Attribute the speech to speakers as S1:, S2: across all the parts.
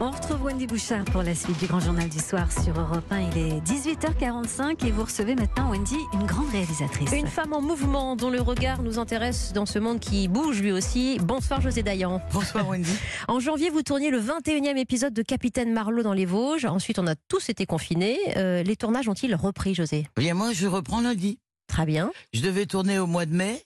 S1: On retrouve Wendy Bouchard pour la suite du Grand Journal du Soir sur Europe 1. Il est 18h45 et vous recevez maintenant, Wendy, une grande réalisatrice.
S2: Une femme en mouvement dont le regard nous intéresse dans ce monde qui bouge lui aussi. Bonsoir José Dayan.
S3: Bonsoir Wendy.
S2: En janvier, vous tourniez le 21e épisode de Capitaine Marlowe dans les Vosges. Ensuite, on a tous été confinés. Euh, les tournages ont-ils repris, José
S3: Eh Bien, moi, je reprends lundi.
S2: Très bien.
S3: Je devais tourner au mois de mai.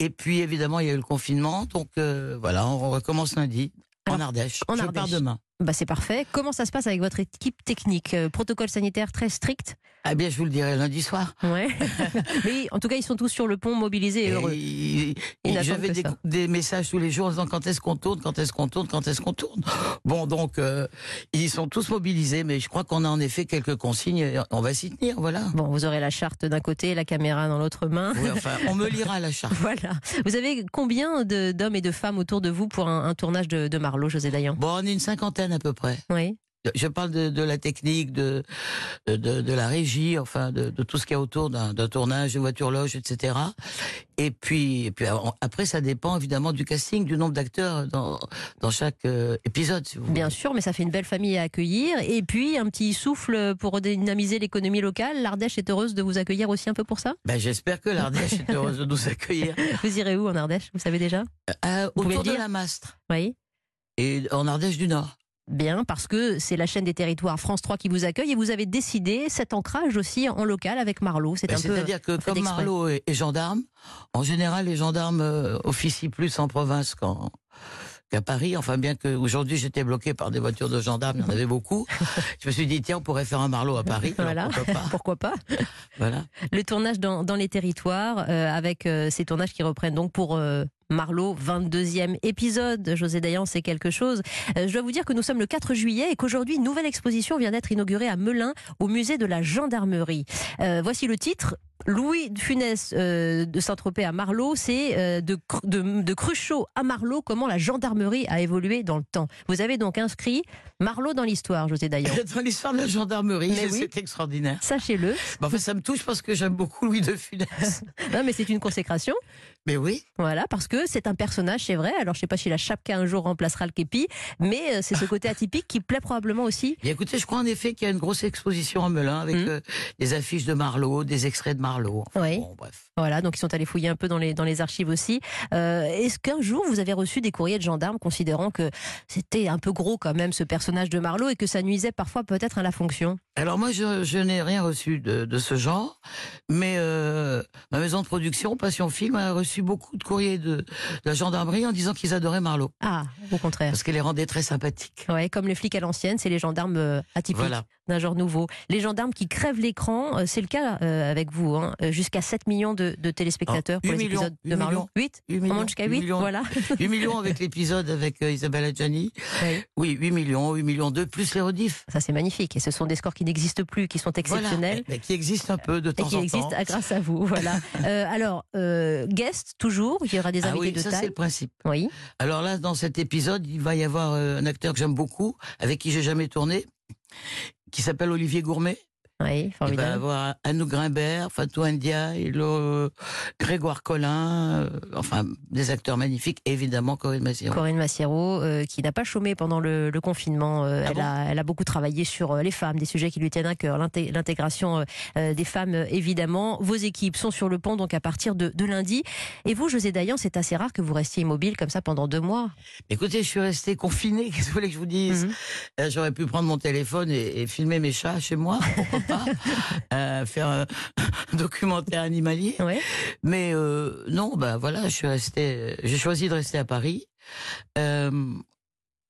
S3: Et puis, évidemment, il y a eu le confinement. Donc, euh, voilà, on recommence lundi. En
S2: Alors,
S3: Ardèche.
S2: en
S3: je
S2: Ardèche.
S3: pars demain.
S2: Bah, c'est parfait. Comment ça se passe avec votre équipe technique Euh, Protocole sanitaire très strict
S3: Ah bien, je vous le dirai lundi soir.
S2: Ouais. Mais en tout cas, ils sont tous sur le pont, mobilisés et heureux.
S3: Et-
S2: Ils
S3: et
S2: n'attendent
S3: J'avais
S2: que
S3: des,
S2: ça.
S3: des messages tous les jours en disant quand est-ce qu'on tourne, quand est-ce qu'on tourne, quand est-ce qu'on tourne. Bon, donc, euh, ils sont tous mobilisés, mais je crois qu'on a en effet quelques consignes. et On va s'y tenir, voilà.
S2: Bon, vous aurez la charte d'un côté, la caméra dans l'autre main.
S3: Oui, enfin, on me lira la charte.
S2: Voilà. Vous avez combien de- d'hommes et de femmes autour de vous pour un, un tournage de, de Marlowe, José Dayan
S3: Bon, on est une cinquantaine à peu près.
S2: Oui.
S3: Je parle de, de la technique, de, de, de la régie, enfin de, de tout ce qu'il y a autour d'un d'un tournage, de voiture loge, etc. Et puis, et puis alors, après, ça dépend évidemment du casting, du nombre d'acteurs dans, dans chaque euh, épisode. Si vous voulez.
S2: Bien sûr, mais ça fait une belle famille à accueillir. Et puis, un petit souffle pour dynamiser l'économie locale. L'Ardèche est heureuse de vous accueillir aussi un peu pour ça
S3: Ben, J'espère que l'Ardèche est heureuse de nous accueillir.
S2: Vous irez où en Ardèche Vous savez déjà
S3: Euh,
S2: Vous pouvez
S3: autour
S2: le
S3: de
S2: dire
S3: la Mastre
S2: Oui.
S3: et en Ardèche du Nord.
S2: Bien, parce que c'est la chaîne des territoires France 3 qui vous accueille et vous avez décidé cet ancrage aussi en local avec Marlowe. C'est
S3: Ben,
S2: un peu.
S3: C'est-à-dire que
S2: fait
S3: comme
S2: d'exprès.
S3: Marlowe est, est gendarme, en général, les gendarmes euh, officient plus en province qu'en qu'à Paris. Enfin, bien que aujourd'hui j'étais bloqué par des voitures de gendarmes, il y en avait beaucoup. Je me suis dit tiens, on pourrait faire un Marlowe à Paris. Alors,
S2: Voilà.
S3: pourquoi pas.
S2: Pourquoi pas
S3: Voilà.
S2: Le tournage dans, dans les territoires, euh, avec euh, ces tournages qui reprennent donc pour euh, Marlowe, 22e épisode. José Dayan, c'est quelque chose. Euh, je dois vous dire que nous sommes le 4 juillet et qu'aujourd'hui, une nouvelle exposition vient d'être inaugurée à Melun, au musée de la gendarmerie. Euh, voici le titre. Louis de Funès euh, de Saint-Tropez à Marlowe, c'est euh, de, Cru- de, de Cruchot à Marlowe, comment la gendarmerie a évolué dans le temps. Vous avez donc inscrit Marlowe dans l'histoire, José Dayan.
S3: Dans l'histoire de la gendarmerie,
S2: Mais
S3: c'est
S2: oui.
S3: c'est extraordinaire.
S2: Sachez-le.
S3: Ben, enfin, ça me touche parce que j'aime beaucoup Louis de Funès.
S2: Non, mais c'est une consécration.
S3: Mais oui,
S2: Voilà, parce que c'est un personnage, c'est vrai. Alors, je sais pas si la chapka un jour remplacera le képi, mais euh, c'est ce côté atypique qui plaît probablement aussi.
S3: Bien, écoutez, je crois en effet qu'il y a une grosse exposition à Melun avec
S2: Mhm.
S3: euh, des affiches de Marlowe, des extraits de Marlowe. Enfin,
S2: Oui.
S3: Bon, bref.
S2: Voilà, donc ils sont allés fouiller un peu dans les, dans les archives aussi. Euh, Est-ce qu'un jour vous avez reçu des courriers de gendarmes considérant que c'était un peu gros quand même ce personnage de Marlowe et que ça nuisait parfois peut-être à la fonction
S3: Alors moi, je, je n'ai rien reçu de, de ce genre, mais euh, ma maison de production, Passion Film, a reçu beaucoup de courriers de, de la gendarmerie en disant qu'ils adoraient Marlowe,
S2: Ah, au contraire.
S3: parce qu'elle les rendait très sympathiques.
S2: Ouais, comme les flics à l'ancienne, c'est les gendarmes euh, atypiques
S3: Voilà.
S2: d'un genre nouveau. Les gendarmes qui crèvent l'écran, euh, c'est le cas euh, avec vous, hein, euh, jusqu'à 7 millions de, de téléspectateurs
S3: Ah,
S2: pour
S3: huit
S2: les
S3: millions,
S2: épisodes de
S3: huit
S2: Marlowe.
S3: millions.
S2: 8
S3: 8
S2: On
S3: millions,
S2: monte jusqu'à
S3: 8
S2: 8
S3: millions,
S2: Voilà.
S3: 8 millions avec l'épisode avec euh, Isabella Gianni.
S2: Ouais.
S3: Oui, 8 millions, 8 millions 2, plus les rediffs.
S2: Ça, c'est magnifique. Et ce sont des scores qui n'existent plus, qui sont
S3: Voilà,
S2: exceptionnels.
S3: mais qui existent un peu de
S2: Et
S3: temps
S2: qui
S3: en
S2: existent
S3: temps.
S2: à- grâce à vous, voilà. Euh, alors, euh, guest toujours, il y aura des
S3: Ah
S2: invités
S3: oui,
S2: de
S3: ça c'est
S2: taille.
S3: le principe.
S2: Oui,
S3: Alors là, dans cet épisode, il va y avoir euh, un acteur que j'aime beaucoup, avec qui j'ai jamais tourné, qui s'appelle Olivier Gourmet.
S2: oui,
S3: Il va y
S2: formidable.
S3: avoir Anou ben, Grimbert, Fatou India, Hello, euh, Grégoire Collin, euh, enfin des acteurs magnifiques, et évidemment Corinne Massier.
S2: Corinne Massiero, euh, qui n'a pas chômé pendant le, le confinement, Euh,
S3: Ah
S2: elle,
S3: bon
S2: a, elle a beaucoup travaillé sur euh, les femmes, des sujets qui lui tiennent à cœur, l'inté- l'intégration euh, euh, des femmes, euh, évidemment. Vos équipes sont sur le pont, donc à partir de, de lundi. Et vous, José Dayan, c'est assez rare que vous restiez immobile comme ça pendant deux mois.
S3: Écoutez, je suis resté confiné, qu'est-ce que vous voulez que je vous dise
S2: Mhm.
S3: Euh, J'aurais pu prendre mon téléphone et, et filmer mes chats chez moi, pourquoi pas Euh, Faire un documentaire animalier.
S2: Ouais.
S3: Mais euh, non, bah voilà, je suis resté, j'ai choisi de rester à Paris. Euh,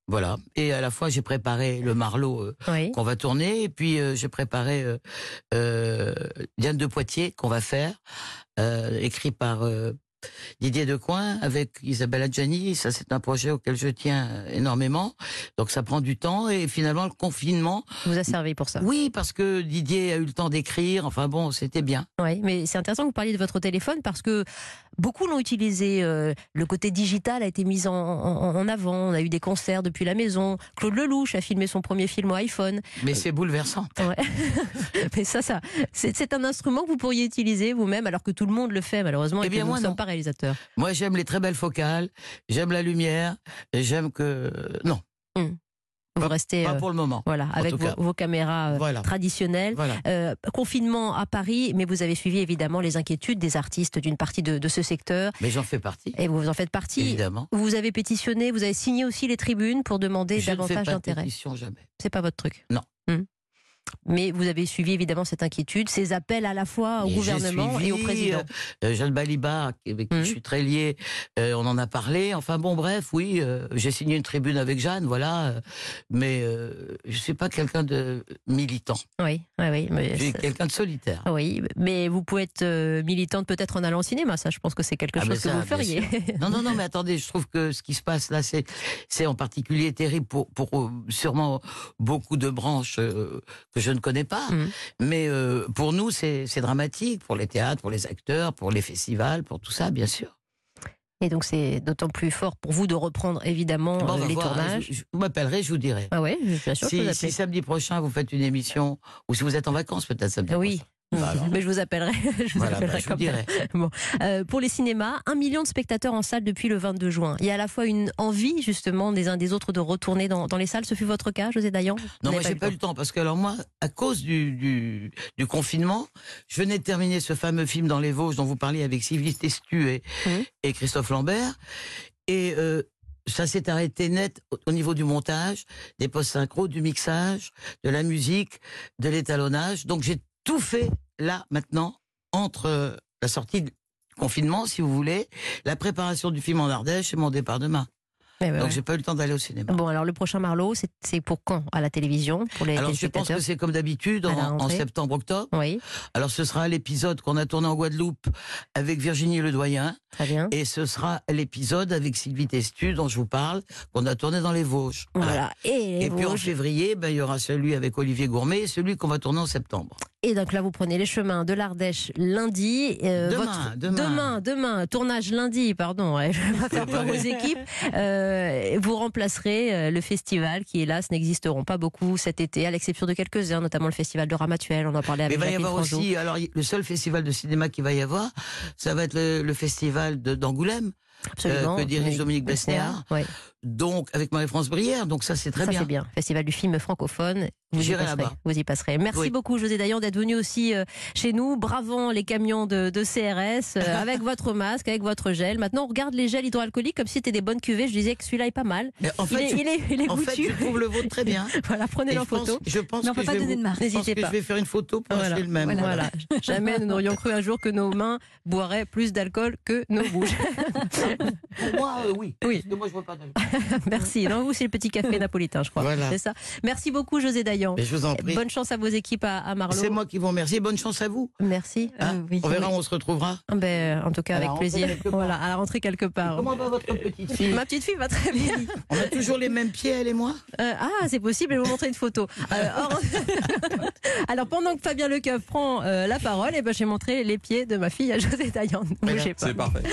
S3: voilà. Et à la fois, j'ai préparé le Marlot euh,
S2: Oui.
S3: qu'on va tourner, et puis euh, j'ai préparé euh, euh, Diane de Poitiers qu'on va faire, euh, écrit par euh, Didier Decoing avec Isabella Gianni. Ça, c'est un projet auquel je tiens euh, énormément. Donc, ça prend du temps, et finalement, le confinement.
S2: Vous a servi pour ça.
S3: Oui, parce que Didier a eu le temps d'écrire. Enfin bon, c'était bien.
S2: Oui, mais c'est intéressant que vous parliez de votre téléphone parce que beaucoup l'ont utilisé. euh, le côté digital a été mis en, en- en avant. On a eu des concerts depuis la maison. Claude Lelouch a filmé son premier film au iPhone.
S3: Mais c'est bouleversant.
S2: Mais ça, ça, c'est c'est un instrument que vous pourriez utiliser vous-même alors que tout le monde le fait malheureusement et,
S3: Eh bien,
S2: que nous
S3: moi,
S2: ne sommes
S3: non.
S2: pas réalisateurs.
S3: Moi, j'aime les très belles focales, j'aime la lumière, et j'aime que. euh, Non.
S2: Hum. Vous vous restez
S3: Pas
S2: euh,
S3: pour le moment.
S2: voilà, avec
S3: tout
S2: vos,
S3: cas.
S2: vos caméras euh,
S3: Voilà.
S2: traditionnelles.
S3: Voilà.
S2: Euh, confinement à Paris, mais vous avez suivi évidemment les inquiétudes des artistes d'une partie de, de ce secteur
S3: Mais j'en fais partie,
S2: et vous en faites partie.
S3: évidemment.
S2: Vous avez pétitionné, vous avez signé aussi les tribunes pour demander
S3: je ne fais
S2: davantage
S3: pas de
S2: d'intérêt.
S3: pétition jamais.
S2: C'est pas votre truc.
S3: Non.
S2: Hmm. Mais vous avez suivi évidemment cette inquiétude, ces appels à la fois au
S3: Et j'ai
S2: gouvernement et au
S3: suivi,
S2: président.
S3: Euh, Jeanne Balibar, qui- avec qui
S2: Mhm.
S3: je suis très lié, euh, on en a parlé. Enfin bon, bref, oui, euh, j'ai signé une tribune avec Jeanne, voilà. euh, mais euh, je ne suis pas quelqu'un de militant.
S2: Oui, oui, oui.
S3: Je
S2: Mais
S3: suis
S2: ça- ah
S3: quelqu'un de solitaire.
S2: oui, mais vous pouvez être euh, militante peut-être en allant au cinéma, ça je pense que c'est quelque
S3: Ah, mais
S2: chose
S3: ça,
S2: que vous
S3: bien
S2: feriez.
S3: Non, non, non, mais attendez, je trouve que ce qui se passe là, c'est, c'est en particulier terrible pour, pour euh, sûrement beaucoup de branches euh, que je ne connais pas.
S2: Mhm.
S3: Mais euh, pour nous, c'est, c'est dramatique, pour les théâtres, pour les acteurs, pour les festivals, pour tout ça, bien sûr.
S2: Et donc c'est d'autant plus fort pour vous de reprendre évidemment
S3: Bon, on
S2: euh,
S3: va
S2: les
S3: voir, hein,
S2: tournages.
S3: je- je- vous m'appellerez, je vous dirai.
S2: Ah ouais, bien sûr que je vous
S3: Si, si
S2: appelle.
S3: samedi prochain vous faites une émission, ou si vous êtes en vacances peut-être samedi
S2: oui.
S3: prochain. Bah alors.
S2: Mais je vous appellerai. Je vous
S3: Voilà, bah,
S2: appellerai
S3: je vous
S2: quand même.
S3: dirai.
S2: Euh, pour les cinémas, un million de spectateurs en salle depuis le 22 juin. Il y a à la fois une envie justement des uns des autres de retourner dans, dans les salles. Ce fut votre cas, José Dayan Vous
S3: Non,
S2: n'avez
S3: moi j'ai pas eu
S2: le
S3: le temps parce que alors moi, à cause du, du, du confinement, je venais de terminer ce fameux film dans les Vosges dont vous parliez avec Sylvie Testu et,
S2: Mhm.
S3: et Christophe Lambert, et euh, ça s'est arrêté net au, au niveau du montage, des post synchro, du mixage, de la musique, de l'étalonnage. Donc j'ai tout fait là maintenant entre euh, la sortie du confinement, si vous voulez, la préparation du film en Ardèche et mon départ demain.
S2: temps. Ouais, ouais,
S3: Donc
S2: ouais.
S3: j'ai pas eu le temps d'aller au cinéma.
S2: Bon, alors le prochain Marlowe, c'est- c'est pour quand À la télévision Pour les
S3: Alors je pense
S2: téléspectateurs
S3: que c'est comme d'habitude
S2: À la
S3: en- en
S2: rentrée.
S3: septembre-octobre.
S2: Oui,
S3: Alors ce sera l'épisode qu'on a tourné en Guadeloupe avec Virginie Ledoyen
S2: très bien.
S3: et ce sera l'épisode avec Sylvie Testu dont je vous parle qu'on a tourné dans les Vosges.
S2: Voilà. Et, les
S3: Ah. Et puis en
S2: Vosges.
S3: février, ben, il y aura celui avec Olivier Gourmet et celui qu'on va tourner en septembre.
S2: Et donc là, vous prenez les chemins de l'Ardèche lundi. euh,
S3: Demain,
S2: votre-
S3: demain.
S2: demain, demain, tournage lundi, pardon. ouais, je vais pas faire peur aux équipes. Euh, vous remplacerez euh, le festival qui, hélas, n'existeront pas beaucoup cet été, à l'exception de quelques-uns, notamment le festival de Ramatuel. On en parlait avec
S3: Mais il va y
S2: Jacqueline
S3: avoir
S2: Franjot.
S3: aussi, alors y- le seul festival de cinéma qui va y avoir, ça va être le, le festival de- d'Angoulême,
S2: Absolument.
S3: euh, que dirige Dominique Besnéard.
S2: Ouais,
S3: donc avec Marie-France Brière, donc ça c'est très
S2: ça
S3: bien.
S2: c'est bien. Festival du film francophone. Vous y
S3: J'irai
S2: passerez.
S3: là-bas.
S2: Vous y passerez. Merci
S3: Oui.
S2: beaucoup, José Dayan, d'être venu aussi euh, chez nous, bravant les camions de, de CRS, euh, avec votre masque, avec votre gel. Maintenant, on regarde les gels hydroalcooliques comme si c'était des bonnes cuvées. Je disais que celui-là est pas mal.
S3: Mais en
S2: il,
S3: fait,
S2: est,
S3: je,
S2: il est, il est
S3: en fait,
S2: goûtu.
S3: je trouve le vôtre très bien.
S2: voilà,
S3: Et
S2: prenez-le
S3: je
S2: en
S3: pense,
S2: photo.
S3: je pense
S1: Mais on
S3: que
S1: peut
S3: je
S1: pas
S3: vais
S1: donner
S3: vous-
S1: de marque.
S3: Je pense
S2: N'hésitez
S3: que
S2: pas.
S3: je vais faire une photo pour
S2: Voilà.
S3: acheter le même.
S1: Voilà.
S2: Voilà. Jamais nous n'aurions cru un jour que nos mains boiraient plus d'alcool que nos bouches.
S3: Pour moi, euh, oui.
S2: Oui.
S3: Parce que moi, je vois pas de...
S1: Ah.
S2: Merci. Non, vous, c'est le petit café napolitain, je crois.
S3: Voilà.
S2: C'est ça. Merci beaucoup, José Dayan.
S3: Mais je vous en prie.
S2: Bonne chance à vos équipes à, à Marlowe.
S3: C'est moi qui vous remercie. Bonne chance à vous.
S2: Merci. Euh,
S3: hein.
S1: oui.
S3: On verra, on se retrouvera.
S2: Ah Ben, en tout cas,
S3: À
S2: avec
S3: la rentrée
S2: plaisir.
S3: quelque part.
S2: Voilà, à la rentrée quelque part.
S3: Comment va votre petite fille
S2: Ma petite fille va très bien.
S3: On a toujours les mêmes pieds, elle et moi
S2: Euh, ah, c'est possible, je vais vous montrer une photo. Euh, or- Alors, pendant que Fabien Lecoeuf prend euh, la parole, eh ben, j'ai montré les pieds de ma fille à José Dayan. Ne bougez pas.
S4: C'est parfait.